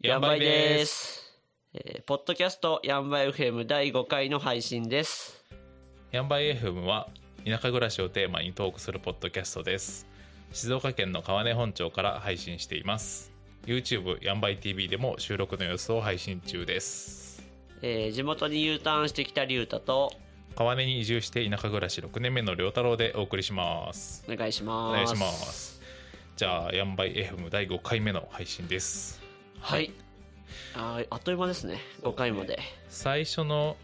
やんばいで。やんばいですえーポッドキャストやんばい FM 第5回の配信です。ヤンバイ FM は田舎暮らしをテーマにトークするポッドキャストです静岡県の川根本町から配信しています YouTube ヤンバイ TV でも収録の様子を配信中ですえー地元に U ターンしてきたリュウタと川根に移住して田舎暮らし6年目の良太郎でお送りしますお願いします。お願いしま。すじゃあヤンバイ FM 第5回目の配信ですはい。あーあっという間ですね。5回まで。最初の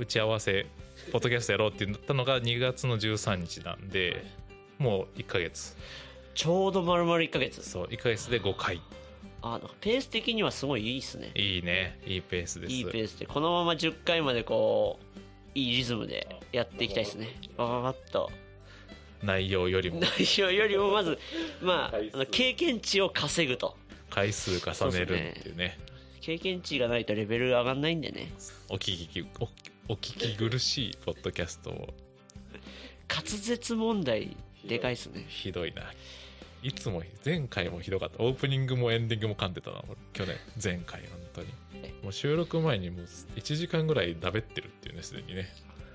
打ち合わせポッドキャストやろうってなったのが2月の13日なんでもう1ヶ月ちょうど丸々1ヶ月。そう1ヶ月で5回あーなんかペース的にはすごいいいですね。いいねいいペースですいいペースで、このまま10回までこう、いいリズムでやっていきたいですね。わわわっと。内容よりも内容よりもまず、まあ、回数あの経験値を稼ぐと。回数重ねるっていうね経験値がないとレベル上がんないんでねお聞きおお聞き苦しいポッドキャストを滑舌問題でかいっすねひどいないつも前回もひどかったオープニングもエンディングも噛んでたな俺去年前回本当にもう収録前にもう1時間ぐらいだべってるっていうねすでにね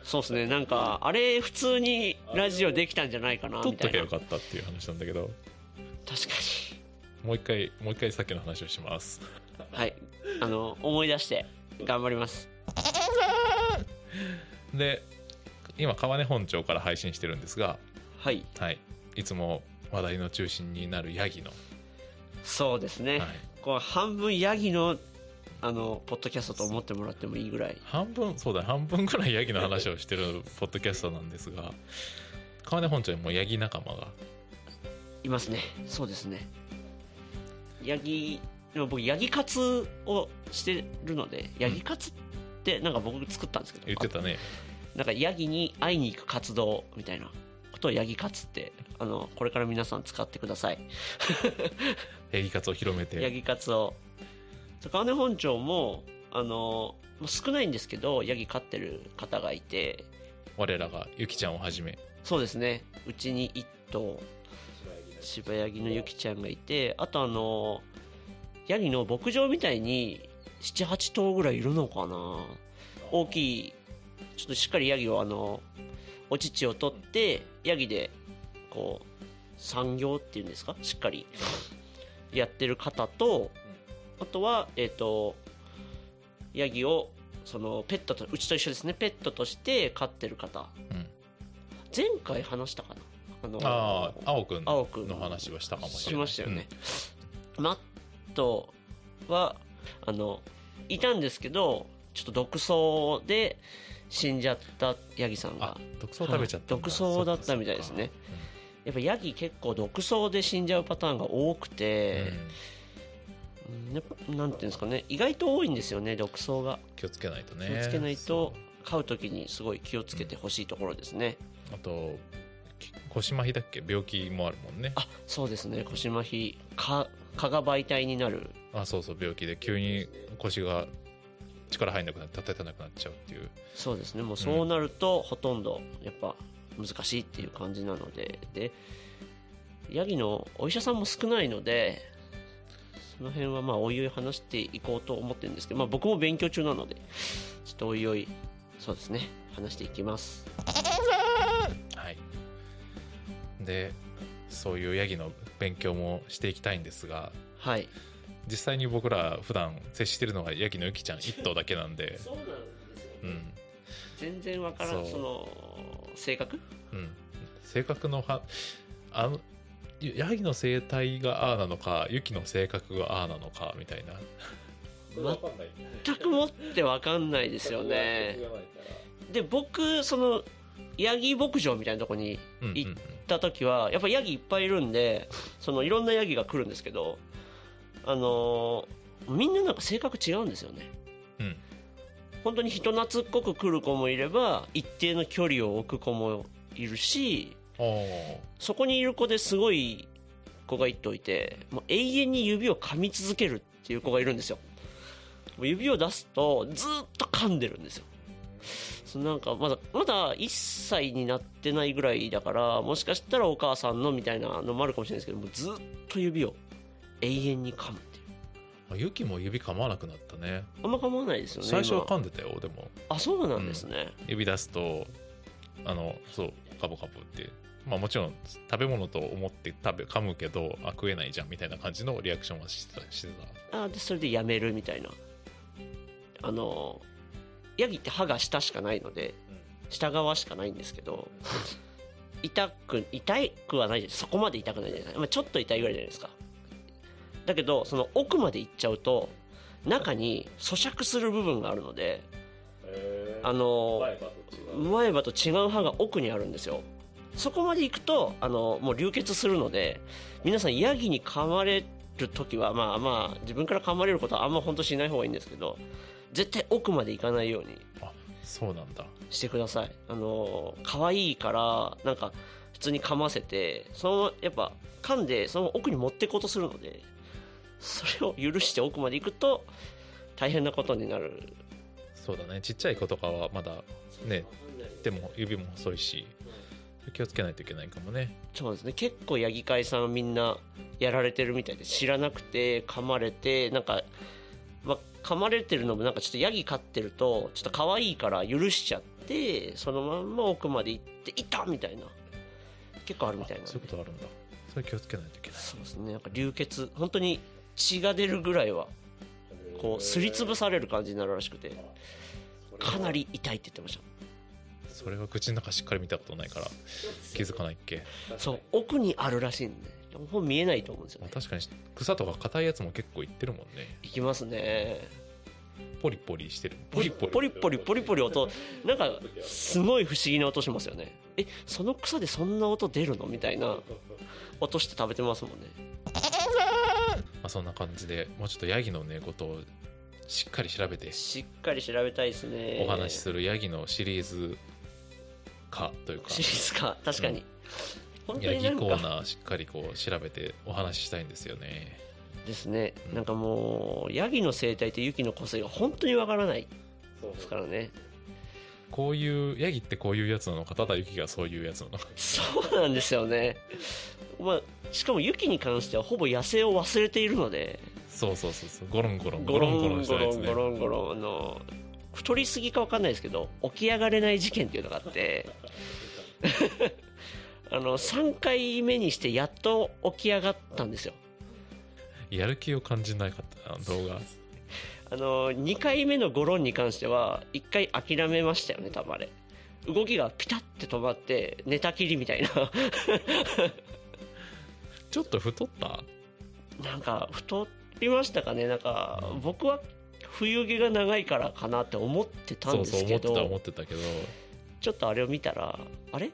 そうっすねなんかあれ普通にラジオできたんじゃないかな撮っみとたいけばなよ確かかったっていう話なんだけどもう一回もう一回さっきの話をしますにはいあの思い出して頑張りますで今川根本町から配信してるんですがはいはいいつも話題の中心になるヤギのそうですね、はいこう半分ヤギのあのポッドキャストと思ってもらってもいいぐらい半分そうだ半分ぐらいヤギの話をしてるポッドキャストなんです が川根本町にもヤギ仲間がいますねそうですねヤギでも僕ヤギカツをしてるのでヤギカツってなんか僕作ったんですけど言ってたねなんかヤギに会いに行く活動みたいなことをヤギ活ってあのこれから皆さん使ってくださいヤギ活を広めヤてギ活を川根本町もあのまあ少ないんですけどヤギ飼ってる方がいて我らがゆきちゃんをはじめそうですねうちに一頭柴ヤギのゆきちゃんがいてあとあのヤギの牧場みたいに78頭ぐらいいるのかな大きいちょっとしっかりヤギをあのお乳を取ってヤギでこう産業っていうんですかしっかりやってる方とあとはえっ、とヤギをそのペットとうちと一緒ですねペットとして飼ってる方うん前回話したかなあのああ青くん青くんの話はしたかもししれないましたよね、マットはあのいたんですけどちょっと毒草で死んじゃったヤギさんうんあが毒草食べちゃったん毒草だったみたいですねやっぱヤギ結構毒草で死んじゃうパターンが多くそっかそっかてう、んうんやっぱなんていうんですかね意外と多いんですよね毒草が気をつけないとね気をつけないと飼う時にすごい気をつけてほしいところですね、そうあとき腰麻痺だっけ病気もあるもんねあそうですね腰麻痺蚊蚊が媒体になるあそうそう病気で急に腰が力入んなくなって立てなくなっちゃうっていうそうですねもうそうなるとほとんどやっぱ難しいっていう感じなのででヤギのお医者さんも少ないのでその辺はまあおいおい話していこうと思ってるんですけど、まあ、僕も勉強中なのでちょっとおいおいそうですね話していきますはいでそういうヤギの勉強もしていきたいんですがはい実際に僕ら普段接してるのがヤギのユキちゃん1頭だけなんで そうなんですよ、うん全然わかららんんそその性格 うん性格のはあのヤギの生態がああなのかユキの性格がああなのかみたいな全くもってわかんないですよねで僕そのヤギ牧場みたいなとこにうんうんう行っんた時はやっぱヤギいっぱいいるんでそのいろんなヤギが来るんですけどあのーみんななんか性格違うんですよねうん本当に人懐っこく来る子もいれば一定の距離を置く子もいるしおーそこにいる子ですごい子が一頭いてもう永遠に指を噛み続けるっていう子がいるんですよもう指を出すとずーっと噛んでるんですよそのなんかまだまだ1歳になってないぐらいだからもしかしたらお母さんのみたいなのもあるかもしれないですけどもうずーっと指を永遠に噛むっていうへあユキも指噛まなくなったねあんま構わないですよね最初は今噛んでたよでもあそうなんですね、指出すとあのそうカブカブってまあもちろん食べ物と思って食べ噛むけどあ食えないじゃんみたいな感じのリアクションはしてたしてあでそれでやめるみたいなあのヤギって歯が下しかないので下側しかないんですけど 痛く痛くはないじゃないそこまで痛くないじゃない、まあ、ちょっと痛いぐらいじゃないですかだけどその奥まで行っちゃうと中に咀嚼する部分があるのであの前歯と違う歯が奥にあるんですよそこまで行くとあのもう流血するので皆さんヤギに噛まれる時はまあまあ自分から噛まれることはあんま本当しない方がいいんですけど絶対奥まで行かないようにたあそうなんだしてくださいあの可愛いからなんか普通に噛ませてそのままやっぱ噛んでそのまま奥に持っていこうとするのでそれを許して奥まで行くと大変なことになるそうだねちっちゃい子とかはまだね手も指も細いし気をつけないといけないかもねそうですね結構八木会さんはみんなやられてるみたいで知らなくて噛まれてなんか、まあ、噛まれてるのもなんかちょっとヤギ飼ってるとちょっと可愛いから許しちゃってそのまんま奥まで行って「いた!」みたいな結構あるみたいなんでそういうことあるんだそれ気をつけないといけないそうですねなんか流血本当に血が出るぐらいはこうすりつぶされる感じになるらしくてかなり痛いって言ってましそれは口の中しっかり見たことないから気づかないっけ、たそう奥にあるらしいんでほぼ見えないと思うんですよまあね確かに草とか硬いやつも結構いってるもんねいきますねポリポリしてるポリポリポリポリポリポリ音なんかすごい不思議な音しますよねえその草でそんな音出るのみたいな音して食べてますもんねまあ、そんな感じでもうちょっとヤギのねことをしっかり調べてしっかり調べたいですねお話しするヤギのシリーズ化というかシリーズか確かに、本当ヤになギんコーかナーしっかりこう調べてお話ししたいんですよねですねなんかもうヤギの生態とユキの個性が本当にわからないですからねこういうヤギってこういうやつなのかただユキがそういうやつなのか そうなんですよね、まあ、しかもユキに関してはほぼ野生を忘れているのでそうそうそうそうゴロンゴロンゴゴロロンンゴゴロロンンしゴたやロつンねゴロンゴロンあの太りすぎか分かんないですけど起き上がれない事件っていうのがあって あの3回目にしてやっと起き上がったんですよやる気を感じなかったな動画あの2回目のゴロンに関しては1回諦めましたよね多分あれ動きがピタッて止まって寝たきりみたいな ちょっと太ったなんか太りましたかねなんか僕は冬毛が長いからかなって思ってたんそうでそうす思けってどた思ってたけどちょっとあれを見たらあれ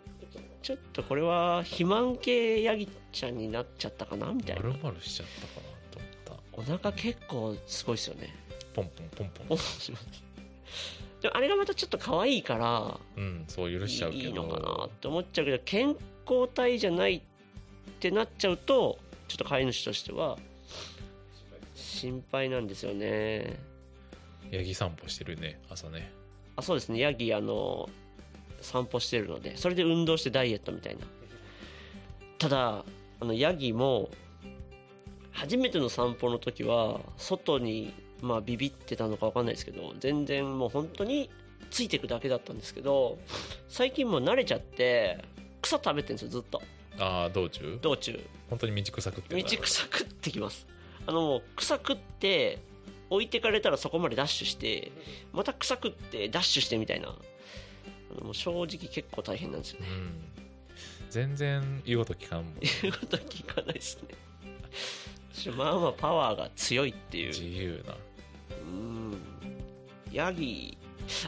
ちょっとこれは肥満系ヤギちゃんになっちゃったかなみたい丸な々しちゃったかなと思っお腹結構すごいですよね たポンポンポンポおしますでもあれがまたちょっと可愛いかンうらんそう許しちゃうけどいいのかなって思っちゃうけど健康体じゃないってなっちゃうとちょっと飼い主としては心配なんですよねヤギ散歩してるね朝ねあそうですねヤギあの散歩してるのでそれで運動してダイエットみたいなただあのヤギも初めての散歩の時は外にまあビビってたのか分かんないですけど全然もう本当についてくだけだったんですけど最近もう慣れちゃって草食べてるんですよずっとああ道中道中本当に道草食って道るな草食ってきますあのもう草食って置いてかれたらそこまでダッシュしてまた草食ってダッシュしてみたいなあのもう正直結構大変なんですようねん全然言うこと聞かんもん言うことは聞かないですねしまあまあパワーが強いっていう自由なうんヤギ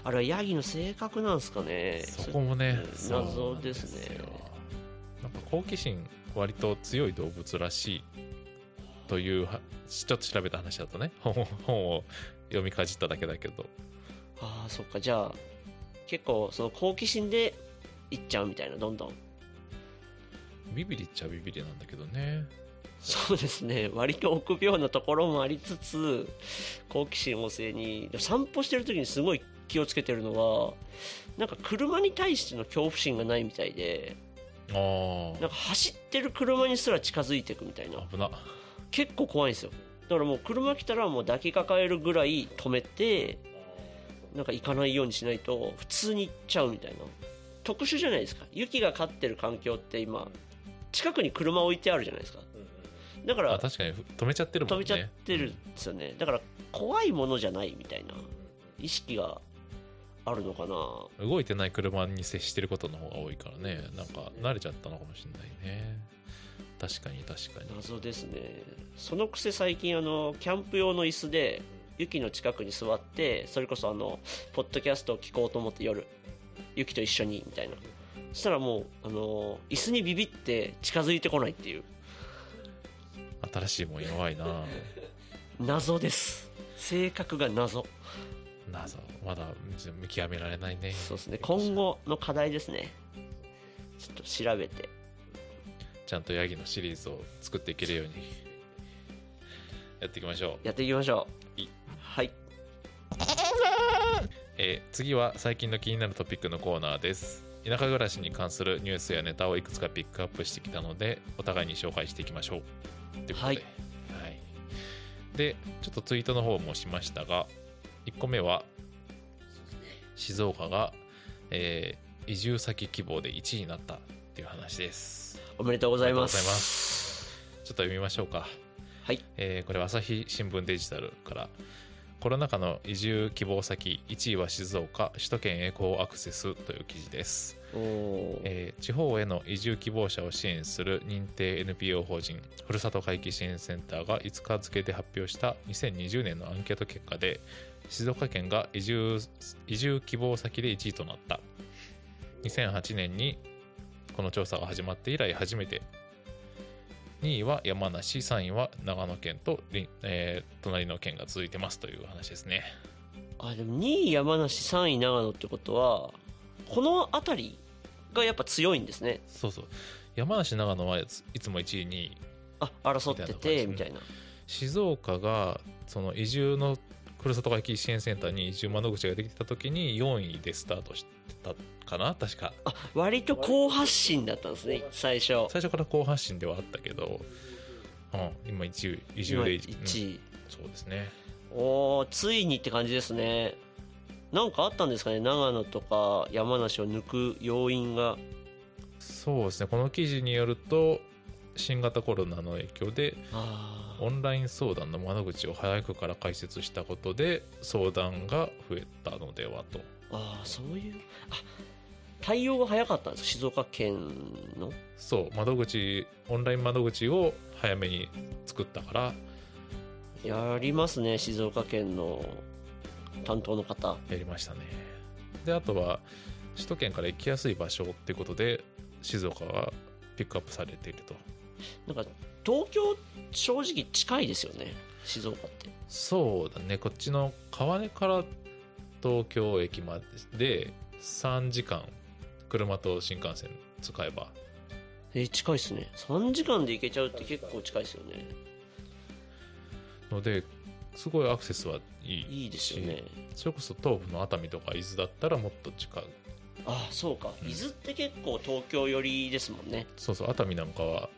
あれはヤギの性格なんですかねそこもねそれ謎ですそうねなんよなんか好奇心割と強い動物らしいというはちょっと調べた話だとね 本を本を読みかじっただけだけどああそっかじゃあ結構その好奇心でいっちゃうみたいなどんどんビビりっちゃビビりなんだけどねそうですね割と臆病なところもありつつ好奇心旺盛にでも散歩してる時にすごい気をつけてるのはなんか車に対しての恐怖心がないみたいであーなんか走ってる車にすら近づいていくみたいな危な結構怖いんですよだからもう車来たらもう抱きかかえるぐらい止めてなんか行かないようにしないと普通に行っちゃうみたいな特殊じゃないですか雪が飼ってる環境って今近くに車置いてあるじゃないですかだかあら確かに止めちゃってるも飛んねびちゃってるんですよねだから怖いものじゃないみたいな意識があるのかな動いてない車に接してることの方が多いからねなんか慣れちゃったのかもしれないね確かに確かに謎ですねそのくせ最近あのキャンプ用の椅子でユキの近くに座ってそれこそあのポッドキャストを聞こうと思って夜ユキと一緒にみたいなそしたらもうあの椅子にビビって近づいてこないっていう新しいもん弱いな 謎です性格が謎謎まだ見極められないねそうですね今後の課題ですねちょっと調べてちゃんとヤギのシリーズを作っていけるようにやっていきましょうやっていきましょういはいえー次は最近の気になるトピックのコーナーです田舎暮らしに関するニュースやネタをいくつかピックアップしてきたのでお互いに紹介していきましょうということで、はいはいでちょっとツイートの方もしましたが1個目は静岡が、えー移住先希望で1位になったっていう話ですおめでとうございまおめでとうございますちょっと読みましょうかはいえーこれ朝日新聞デジタルからコロナ禍の移住希望先1位は静岡首都圏へ好アクセスという記事です、おーえー地方への移住希望者を支援する認定 NPO 法人ふるさと回帰支援センターが5日付で発表した2020年のアンケート結果で静岡県が移住移住希望先で1位となった2008年にこの調査が始まって以来初めて2位は山梨3位は長野県と隣、えー隣の県が続いてますという話ですねあでも2位山梨3位長野ってことはこの辺りがやっぱ強いんですねそうそう山梨長野はいついつも1位2位あ争っててみみたたいな静岡がその移住のふるさと回帰支援センターに移住窓口ができた時に4位でスタートしてたかな確かあ割と好発進だったんですね最初最初から好発進ではあったけど、うん、今1位移住今で1うん位、そうですねおーついにって感じですねなんかあったんですかね長野とか山梨を抜く要因がそうですねこの記事によると新型コロナの影響であーオンライン相談の窓口を早くから開設したことで相談が増えたのではとあーそういうあ対応が早かったんですか静岡県のそう窓口オンライン窓口を早めに作ったからやりますね静岡県の担当の方やりましたねであとは首都圏から行きやすい場所っていうことで静岡はピックアップされているとなんか東京正直近いですよね静岡ってそうだねこっちの川根から東京駅まで3時間車と新幹線使えばえー近いっすね3時間で行けちゃうって結構近いですよねのですごいアクセスはいいいいですよねそれこそ東部の熱海とか伊豆だったらもっと近いああそうかうん伊豆って結構東京寄りですもんねそうそう熱海なんかは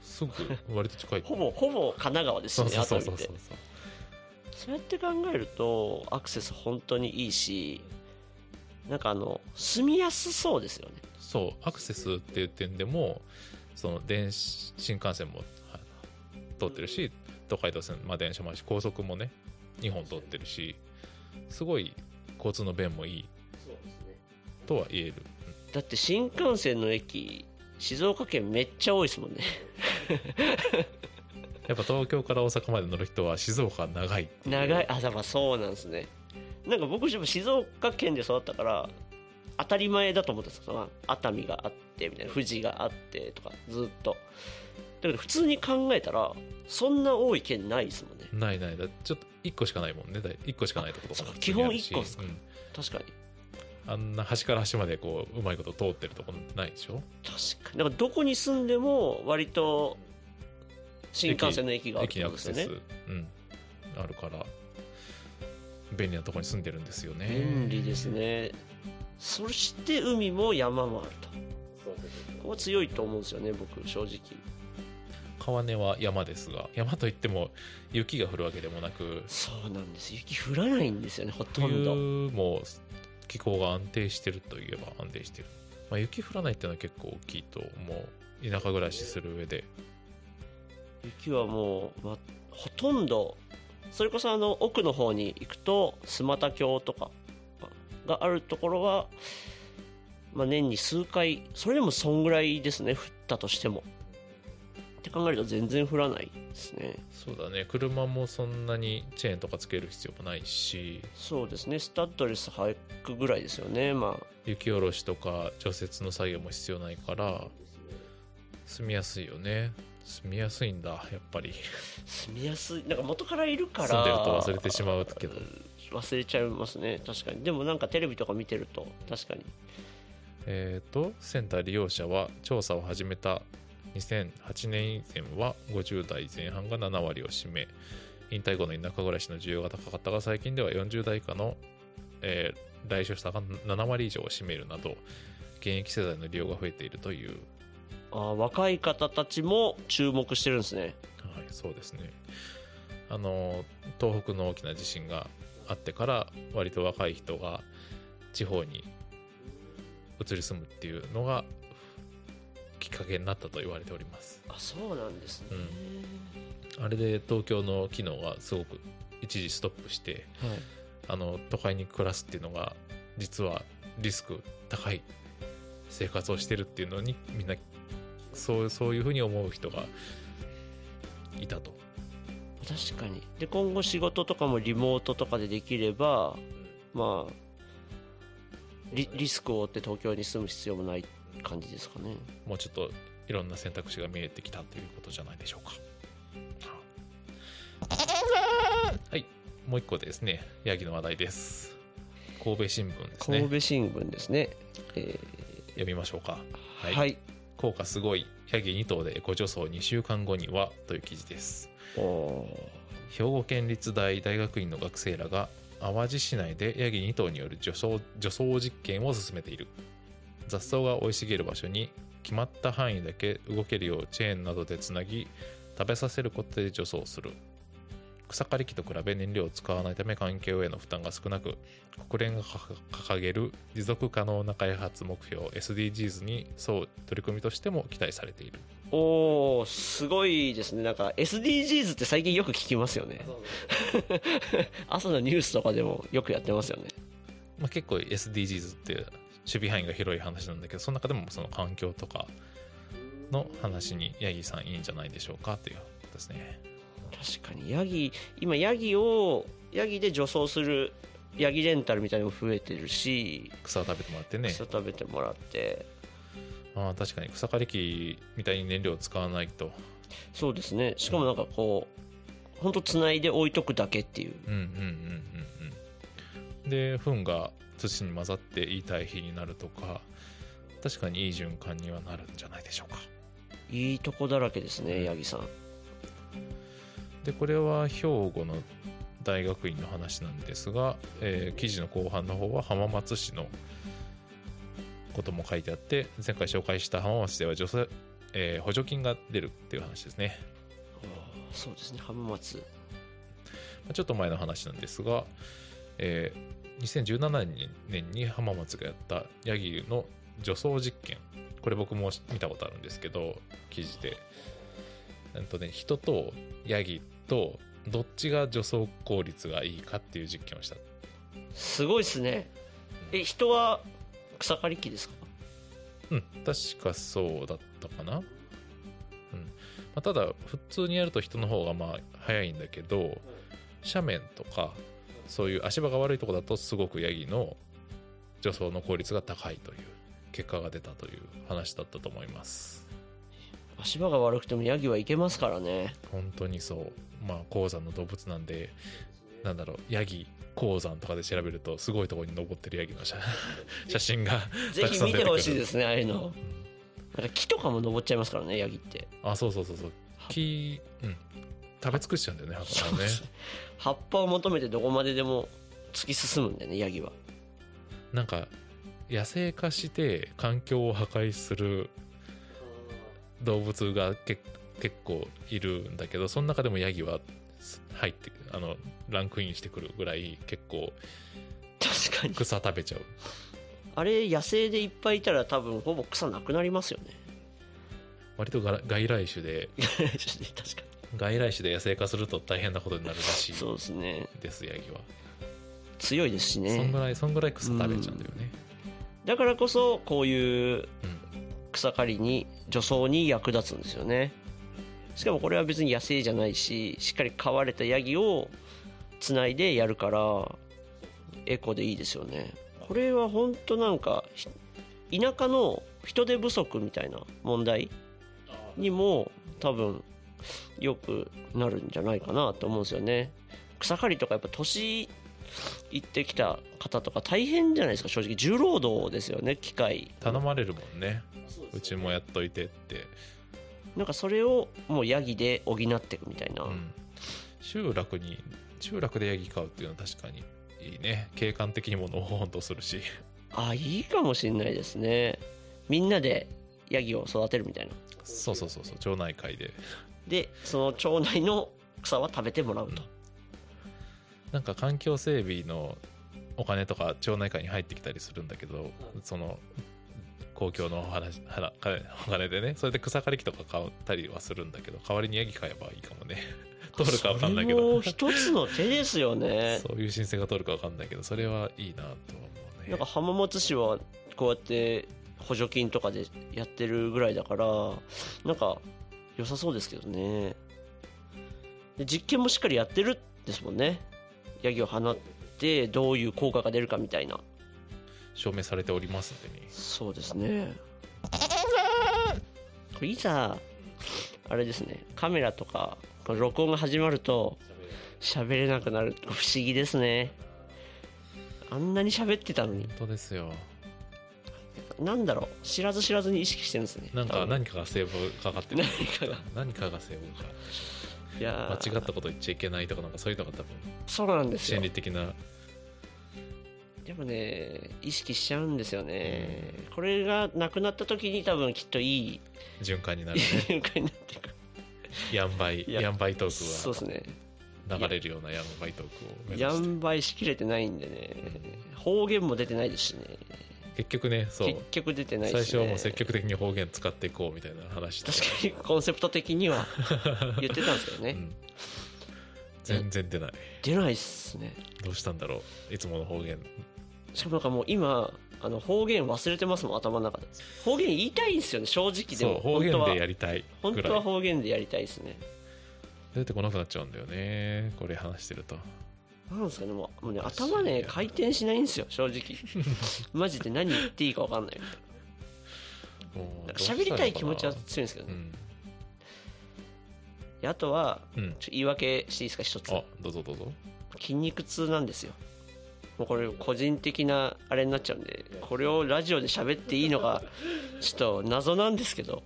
すぐ割と 近いほぼほぼ神奈川ですそようねそう熱そう海っそうそうてそうやって考えるとアクセス本当にいいしなんかあの住みやすそうですよねそうアクセスっていう点でもその電子新幹線もは通ってるし東海道線、まあ、電車もあるし高速もね2本通ってるしすごい交通の便もいいそうですねとは言えるだって新幹線の駅静岡県めっちゃ多いですもんねやっぱ東京から大阪まで乗る人は静岡は長いってう長いあだからそうなんですねなんか僕自分静岡県で育ったから当たり前だと思ってたんですよ熱海があってみたいな富士があってとかずっとだけど普通に考えたらそんな多い県ないですもんねないないだちょっと1個しかないもんねだい一個しかないところそっもか普通にあるし基本一個っすかうん確かにあんな端から端までこううまいこと通ってるところってないでしょ確かにだからどこに住んでも割と新幹線の駅があるっ駅てにこアとでクすセよス、ねうん、あるから便利なところに住んでるんですよね便利ですねそして海も山もあるとここは強いと思うんですよね僕正直川根は山ですが山といっても雪が降るわけでもなくそうなんです雪降らないんですよねほとんど冬も気候が安定してるといえば安定してる、まあ、雪降らないっていうのは結構大きいと思う田舎暮らしする上で雪はもう、ま、ほとんどそれこそあの奥の方に行くと須俣峡とかがあるところは、まあ、年に数回それでもそんぐらいですね降ったとしてもって考えると全然降らないですねそうだね車もそんなにチェーンとかつける必要もないしそうですねスタッドレス履くぐらいですよねまあ雪下ろしとか除雪の作業も必要ないから住みやすいよね住みやすいんだやっぱり住みやすいなんか元からいるか ら住んでると忘れてしまうけど忘れちゃいますね確かにでもなんかテレビとか見てると確かにえー、とセンター利用者は調査を始めた2008年以前は50代前半が7割を占め引退後の田舎暮らしの需要が高かったが最近では40代以下の、えー来所者が7割以上を占めるなど現役世代の利用が増えているという、あー若い方たちも注目してるんですねはい、そうですねあの東北の大きな地震があってから割と若い人が地方に移り住むっていうのがきっかけになったと言われておりますあそうなんですね、あれで東京の機能がすごく一時ストップしてはい、あの都会に暮らすっていうのが実はリスク高い生活をしてるっていうのにみんなそうそういうふうに思う人がいたと確かにで今後仕事とかもリモートとかでできればまあリリスクを負って東京に住む必要もない感じですかねもうちょっといろんな選択肢が見えてきたということじゃないでしょうかはいもう一個ですねヤギの話題です神戸新聞ですね神戸新聞ですねえ読みましょうかーはい、効果すごいヤギ2頭でエコ助走2週間後にはという記事ですおお兵庫県立大大学院の学生らが淡路市内でヤギ2頭による除草除草実験を進めている雑草が生い茂る場所に決まった範囲だけ動けるようチェーンなどでつなぎ食べさせることで除草する草刈り機と比べ燃料を使わないため環境への負担が少なく国連が掲掲げる持続可能な開発目標 SDGs にそう取り組みとしても期待されているおーすごいですねなんか SDGs って最近よく聞きますよね 朝のニュースとかでもよくやってますよねまあ、結構 SDGs って守備範囲が広い話なんだけどその中でもその環境とかの話にヤギさんいいんじゃないでしょうかということですね確かにヤギ今ヤギをヤギで除草するヤギレンタルみたいなのも増えてるし草を食べてもらってね草、食べてもらってまあ、確かに草刈り機みたいに燃料を使わないとそうですねしかもなんかこう本当つないで置いとくだけっていううんうんうんうんうんで糞が土に混ざっていい堆肥になるとか確かにいい循環にはなるんじゃないでしょうかいいとこだらけですねヤギさんでこれは兵庫の大学院の話なんですが、えー記事の後半の方は浜松市のことも書いてあって前回紹介した浜松では助成、えー補助金が出るっていう話ですねそうですね浜松まあちょっと前の話なんですが、えー2017年に浜松がやったヤギの除草実験これ僕も見たことあるんですけど記事で、うんとね、人とヤギとどっちが除草効率がいいかっていう実験をしたすごいですねえ人は草刈り機ですかうん確かそうだったかな、うんまあ、ただ普通にやると人の方がまあ早いんだけど斜面とかそういう足場が悪いとこだとすごくヤギの除草の効率が高いという結果が出たという話だったと思います足場が悪くてもヤギはいけますから ね本当にそうまあ鉱山の動物なんでなんだろうヤギ鉱山とかで調べるとすごいところに登ってるヤギ の写写真がぜひ見てほしいですすねああいうのなんか木とかも登っちゃいますからねヤギってあそうそうそうそう木うん食べ尽くしちゃうんだよね葉っぱをね葉っぱを求めてどこまででも突き進むんだよねヤギはなんか野生化して環境を破壊する動物が結結構いるんだけどその中でもヤギは入ってあのランクインしてくるぐらい結構確かに草食べちゃうあれ野生でいっぱいいたら多分ほぼ草なくなりますよ ね割とがら外来種で確か外来種で野生化すると大変なことになるらしいにそうですねですヤギは強いですしそんぐねらいそんぐらい草食べちゃうんだよねだからこそこういううん草刈りに除草に役立つんですよねしかもこれは別に野生じゃないししっかり飼われたヤギをつないでやるからエコでいいですよねこれは本当なんかひ田舎の人手不足みたいな問題にも多分よくなるんじゃないかなと思うんですよね草刈りとかやっぱ年いってきた方とか大変じゃないですか正直重労働ですよね機械頼まれるもんねうちもやっといてってなんかそれをもうヤギで補っていくみたいな、うん、集落に集落でヤギ飼うっていうのは確かにいいね景観的にものほほんとするしあいいかもしれないですねみんなでヤギを育てるみたいなそうそうそうそう町内会ででその町内の草は食べてもらうと、なんか環境整備のお金とか町内会に入ってきたりするんだけどその公共のお話はなお金でねそれで草刈り機とか買ったりはするんだけど代わりにヤギ買えばいいか もね通るか分かんないけそれども一つの手ですよねそういう申請が通るか分かんないけどそれはいいなとは思うなんねか浜松市はこうやって補助金とかでやってるぐらいだからなんか良さそうですけどねで実験もしっかりやってるんですもんねヤギを放ってどういう効果が出るかみたいな証明されておりますんでねそうですねこれいざあれですねカメラとかこれ録音が始まると喋れなくなる不思議ですねあんなに喋ってたのに本当ですよなんだろう知らず知らずに意識してるんですねなん多か分何かがセーブかかってる何かが何かがセーブかいやー間違ったこと言っちゃいけないとかなんかそういうのが多分そうなんですよ心理的なでもね意識しちゃうんですよねこれがなくなった時に多分きっといい循環になるね瞬間になっていくやんばいいややんばいトそうーですねクが流れるようなやんばいトークを目や指してんばいしきれてないんでね方言も出てないですしね結局ねそう結局出てない最です初ねはもう積極的に方言使っていこうみたいな話で確かにコンセプト的 には言ってたんですけどね、うん全然出ない出ないっすねどうしたんだろういつもの方言しかもなんかもう今あの方言忘れてますもん頭の中で方言言いたいんですよね正直でそうも方言本当はでやりたい本ぐ当はらい方言でやりたいですね出てこなくなっちゃうんだよねこれ話してるとなんですかねもうもうね頭ね回転しないんですよ正 直マジで何言っていいか分かんないもうなんどうかしたら喋りたい気持のちかなは強いんですけどうね、んであとはうんちょ言い訳していいですか一つあどうぞどうぞ筋肉痛なんですよもうこれ個人的なあれになっちゃうんでこれをラジオで喋っていいのがちょっと謎なんですけど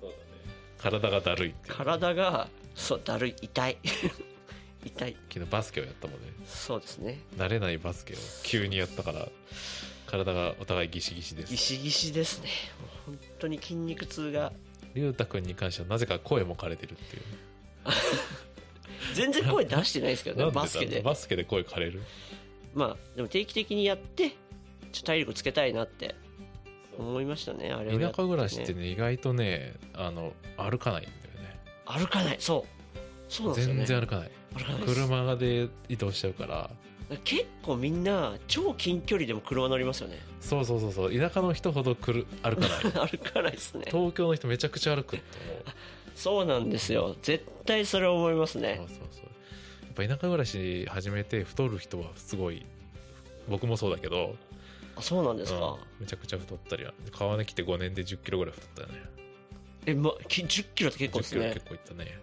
体がだるいっていう体がそうだるい痛い 痛い昨日バスケをやったもんねそうですね慣れないバスケを急にやったから体がお互いギシギシでギすシギシですねもう本当に筋肉痛が龍太君に関してはなぜか声も枯れてるっていう全然声出してないですけどなねんだろバうスケでバスケで声枯れるまあでも定期的にやってちょっと体力つけたいなって思いましたねあれを田やって舎暮らしってねね意外とねあの歩かないんだよね歩かないそうそうなんですよね全然歩かない歩かないです車で移動しちゃうから結構みんな超近距離でも車乗りますよね そうそうそうそう田舎の人ほどくる歩かない歩かないですね東京の人めちゃくちゃ歩くとそうなんですよ絶対それ思います思ねうそうそうそうやっぱ田舎暮らし始めて太る人はすごい僕もそうだけどあそうなんですか、うんめちゃくちゃ太ったりは川根来て5年で1 0キロぐらい太ったよねえまき10キロって結構1 0ですキロね結構いったね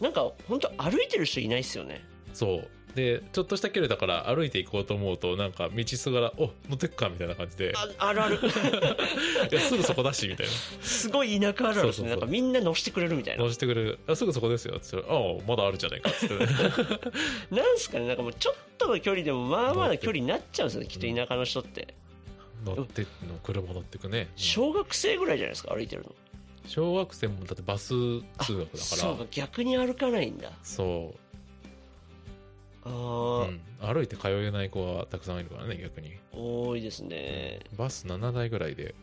なんか本当歩いてる人いないですよねそうでちょっとした距離だから歩いていこうと思うとなんか道すがら「お乗ってくか」みたいな感じでああるあ る「いやすぐそこだし」みたいなすごい田舎あるあるですねそうそうそうなんかみんな乗してくれるみたいな乗せてくれる「あすぐそこですよ」って言ったら「ああまだあるじゃないか」っつってね なんすかねなんかもうちょっとの距離でもまあまあな距離になっちゃうんですよねきっと田舎の人って乗っての車乗ってくね、うん小学生ぐらいじゃないですか歩いてるの小学生もだってバス通学だからそうか逆に歩かないんだそうあうー、ん、歩いて通えない子はたくさんいるからね逆に多いですねバス7台ぐらいで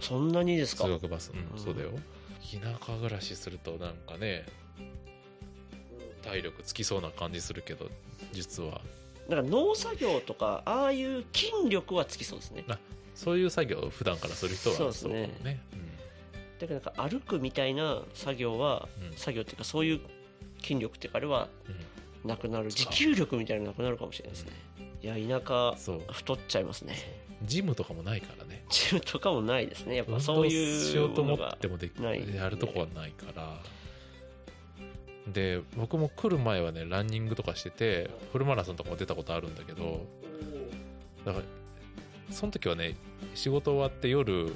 そんなにですか通学バスうん、うんそうだよ田舎暮らしするとなんかね体力つきそうな感じするけど実はなんか農作業とかああいう筋力はつきそうですねそういう作業を普段からする人はそそううでかすもねねね、だからなんか歩くみたいな作業は、うん作業っていうかそういう筋力っていうかあれはうんなくなるそう持久力みたいなのなくなるかもしれないですねいや田うん、そう舎太っちゃいますねジムとかもないからねジムとかもないですねやっぱ運そう動いうしようと思ものがってもできないやるとこはないからで僕も来る前はねランニングとかしててフルマラソンとかも出たことあるんだけどだからその時はね仕事終わって夜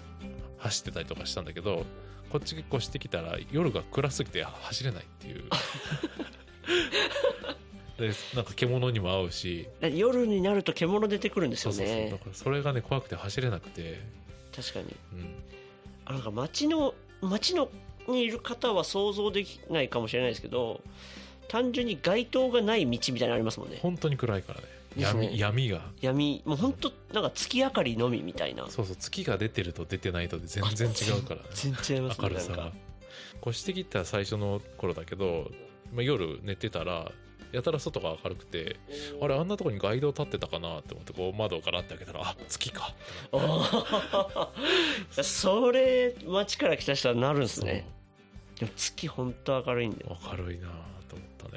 走ってたりとかしたんだけどこっち越してきたら夜が暗すぎて走れないっていう でなんか獣にも合うしだって夜になると獣出てくるんですそようねそうそうだからそれがね怖くて走れなくて確かにうんあなんか街の街のにいる方は想像できないかもしれないですけど単純に街灯がない道みたいなのありますもんね本当に暗いからねです闇ね闇が闇もう本当なんか月明かりのみみたいなそうそう月が出てると出てないとで全然違うからね 全然違います明ねるなんさがか越してきた最初の頃だけど、まあ、夜寝てたらやたら外が明るくてあれあんなとこに街灯立ってたかなって思ってこう窓をガラッて開けたらあ月かおー それ街から来た人はなるんですねでも月本当明るいんだよそう明るいなと思ったね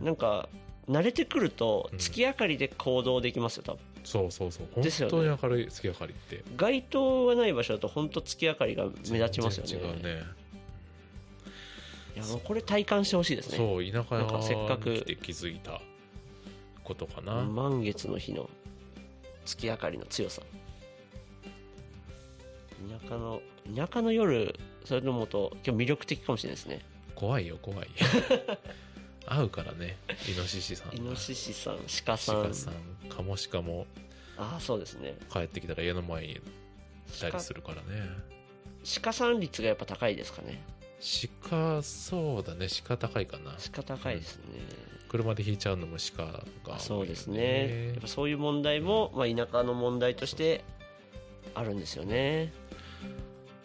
なんか慣れてくるとうん月明かりで行動できますよ多分そうそうそう本ですよね当に明るい月明かりって街灯がない場所だと本当月明かりが目立ちますよね全然違うねいやもうこれ体感してほしいですねそう田舎なんかせっかくに来て気づいたことかな、満月の日の月明かりの強さ田舎の田舎の夜それと思うと今日魅力的かもしれないですね怖いよ怖いよ 会うからねイノシシさんイノシシさん鹿さん鹿さんカモシカもああそうですね帰ってきたら家の前にいたりするからね鹿さん率がやっぱ高いですかね鹿そうだね鹿高いかな鹿高いですね、車で引いちゃうのも鹿が多いよねそうですねやっぱそういう問題も、まあ、田舎の問題としてあるんですよね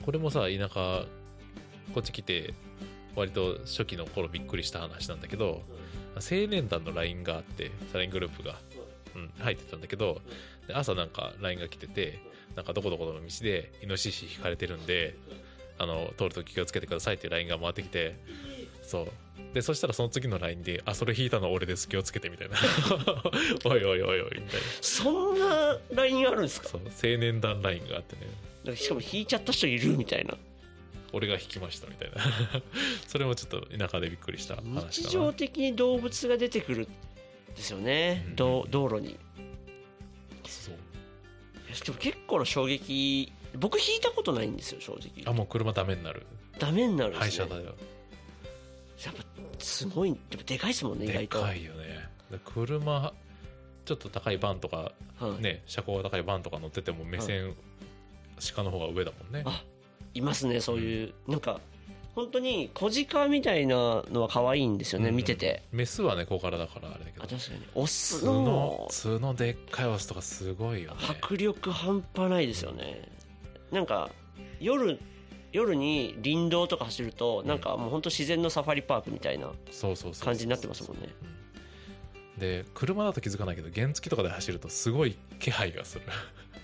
これもさ田舎こっち来て割と初期の頃びっくりした話なんだけど青年団の LINE があってサライングループが、うん、入ってたんだけどで朝なんか LINE が来ててなんかどこどこの道でイノシシ引かれてるんであの通るとき気をつけてくださいっていう LINE が回ってきてそうでそしたらその次の LINE で「あそれ引いたの俺です気をつけて」みたいな 「おいおいおいおい」みたいなそんなラインあるんですかそう青年団 LINE があってねなんかしかも引いちゃった人いるみたいな俺が引きましたみたいな それもちょっと田舎でびっくりした話かな日常的に動物が出てくるんですよね、うんどう道路にそうでも結構の衝撃僕引いたことないんですよ正あ直もう車ダメになるダメになるんです、ね、廃車だよやっぱすごいでもでかいですもんね意で外とかいよねで車ちょっと高いバンとかはいね車高が高いバンとか乗ってても目線、鹿の方が上だもんねあいますねそういう、なんか本当に小鹿みたいなのは可愛いんですよね、うん見ててメスはね小柄だからあれだけあど確かにオス角の角でっかいオスとかすごいよね迫力半端ないですよねなんか夜夜に林道とか走るとなんかもう本当自然のサファリパークみたいなそうそうそう感じになってますもんねうんで車だと気づかないけど原付とかで走るとすごい気配がする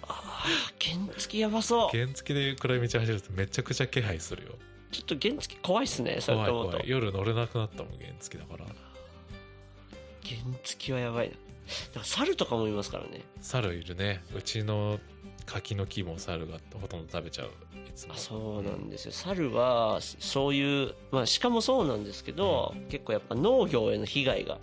あー原付やばそう 原付で暗い道走るとめちゃくちゃ気配するよちょっと原付怖いっすねそれ怖いと思うと怖い夜乗れなくなったもん原付だから原付はやばいななんか猿とかもいますからね猿いるねうちの柿の木も猿がほとんど食べちゃういつもあそうなんですよ猿はそういう、まあ、鹿もそうなんですけど、結構やっぱ農業への被害が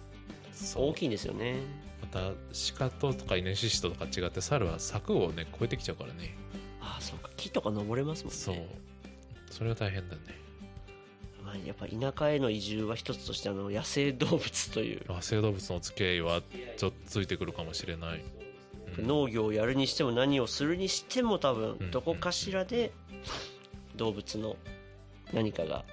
そう大きいんですよねまた鹿ととかイノシシととか違って猿は柵をね越えてきちゃうからねあそうか木とか登れますもんねそうそれが大変だねまあ、やっぱ田舎への移住は一つとしてあの野生動物という、野生動物のお付き合いはちょっとついてくるかもしれない、うん農業をやるにしても何をするにしても多分うんどこかしらで動物の何かが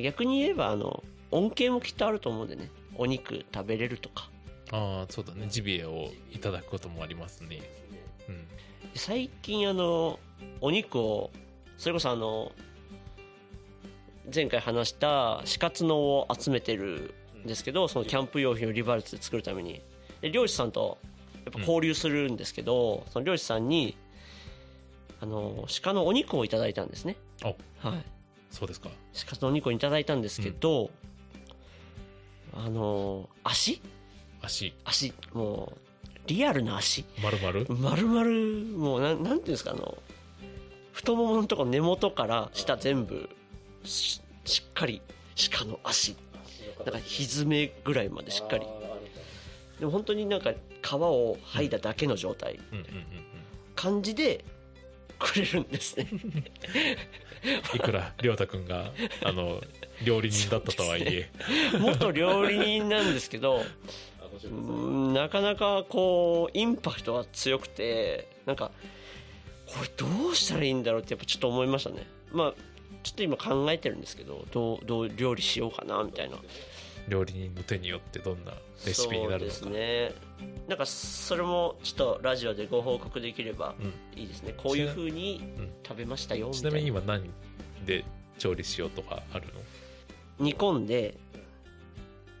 逆に言えばあの恩恵もきっとあると思うんでねお肉食べれるとかああそうだねジビエをいただくこともありますねうん最近あのお肉をそれこそあの前回話した死活のを集めてるんですけどそのキャンプ用品をリバルツで作るためにで漁師さんとやっぱ交流するんですけど、その漁師さんにあの鹿のお肉をいただいたんですねあはいそうですか鹿のお肉をいただいたんですけど、あの足足足もうリアルな足丸々丸々もうなんなんていうんですかあの太もものとこ根元から下全部ししっかり鹿の足なんかひずめぐらいまでしっかりでも本当になんか皮を剥いだだけの状態、うんうんうん感じでくれるんですねうんいくら亮太くんがあの料理人だったとはい え元料理人なんですけどうんなかなかこうインパクトが強くてなんかこれどうしたらいいんだろうってやっぱちょっと思いましたねまあちょっと今考えてるんですけどどうどう料理しようかなみたいな料理人の手によってどんなレシピになるのかそうですねなんかそれもちょっとラジオでご報告できればうんいいですね、こういうふうにうん食べましたよみちたないなみに今何で調理しようとかあるの煮込んで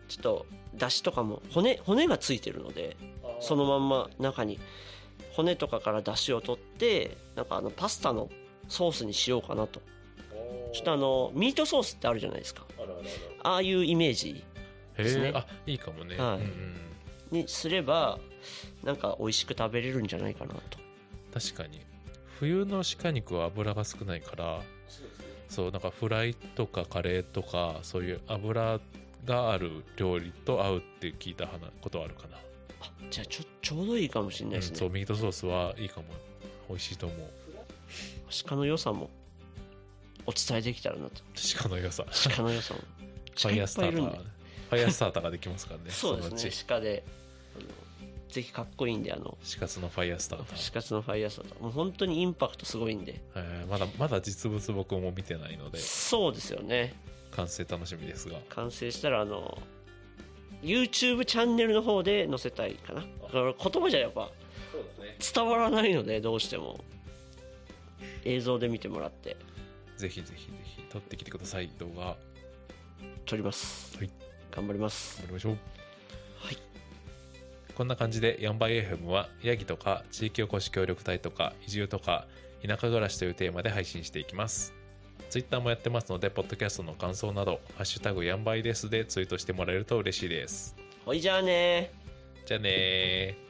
ちょっとだしとかも骨骨がついてるのでそのまんま中に骨とかからだしを取ってなんかあのパスタのソースにしようかなとちょっとあのミートソースってあるじゃないですかああいうイメージへすねえあいいかもね、はいうんうんにすればなんか美味しく食べれるんじゃないかなと確かに冬の鹿肉は油が少ないからそうなんかフライとかカレーとかそういう油がある料理と合うって聞いた話ことはあるかな、あじゃあちょちょうどいいかもしれないうんですそねうミートソースはいいかも美味しいと思う鹿の良さもお伝えできたらなと鹿の良さフ鹿の良さも鹿ァイいヤっースタぱいいータるんーでファイヤースターターができますからね そうですのね鹿であのぜひかっこいいんであのうち鹿スのファイヤースターター死活のファイヤーサーともう本当にインパクトすごいんでえーまだまだ実物僕も見てないのでそうですよね完成楽しみですが完成したらあの YouTube チャンネルの方で載せたいかなだから言葉じゃやっぱ伝わらないのでどうしても映像で見てもらってぜひぜひぜひ撮ってきてください動画撮ります、はい頑張りますやりましょうはいこんな感じでヤンバイ FM はヤギとか地域おこし協力隊とか移住とか田舎暮らしというテーマで配信していきますツイッターもやってますのでポッドキャストの感想など「ハッシュタグヤンバイです」でツイートしてもらえると嬉しいですほいじゃあねじゃあねー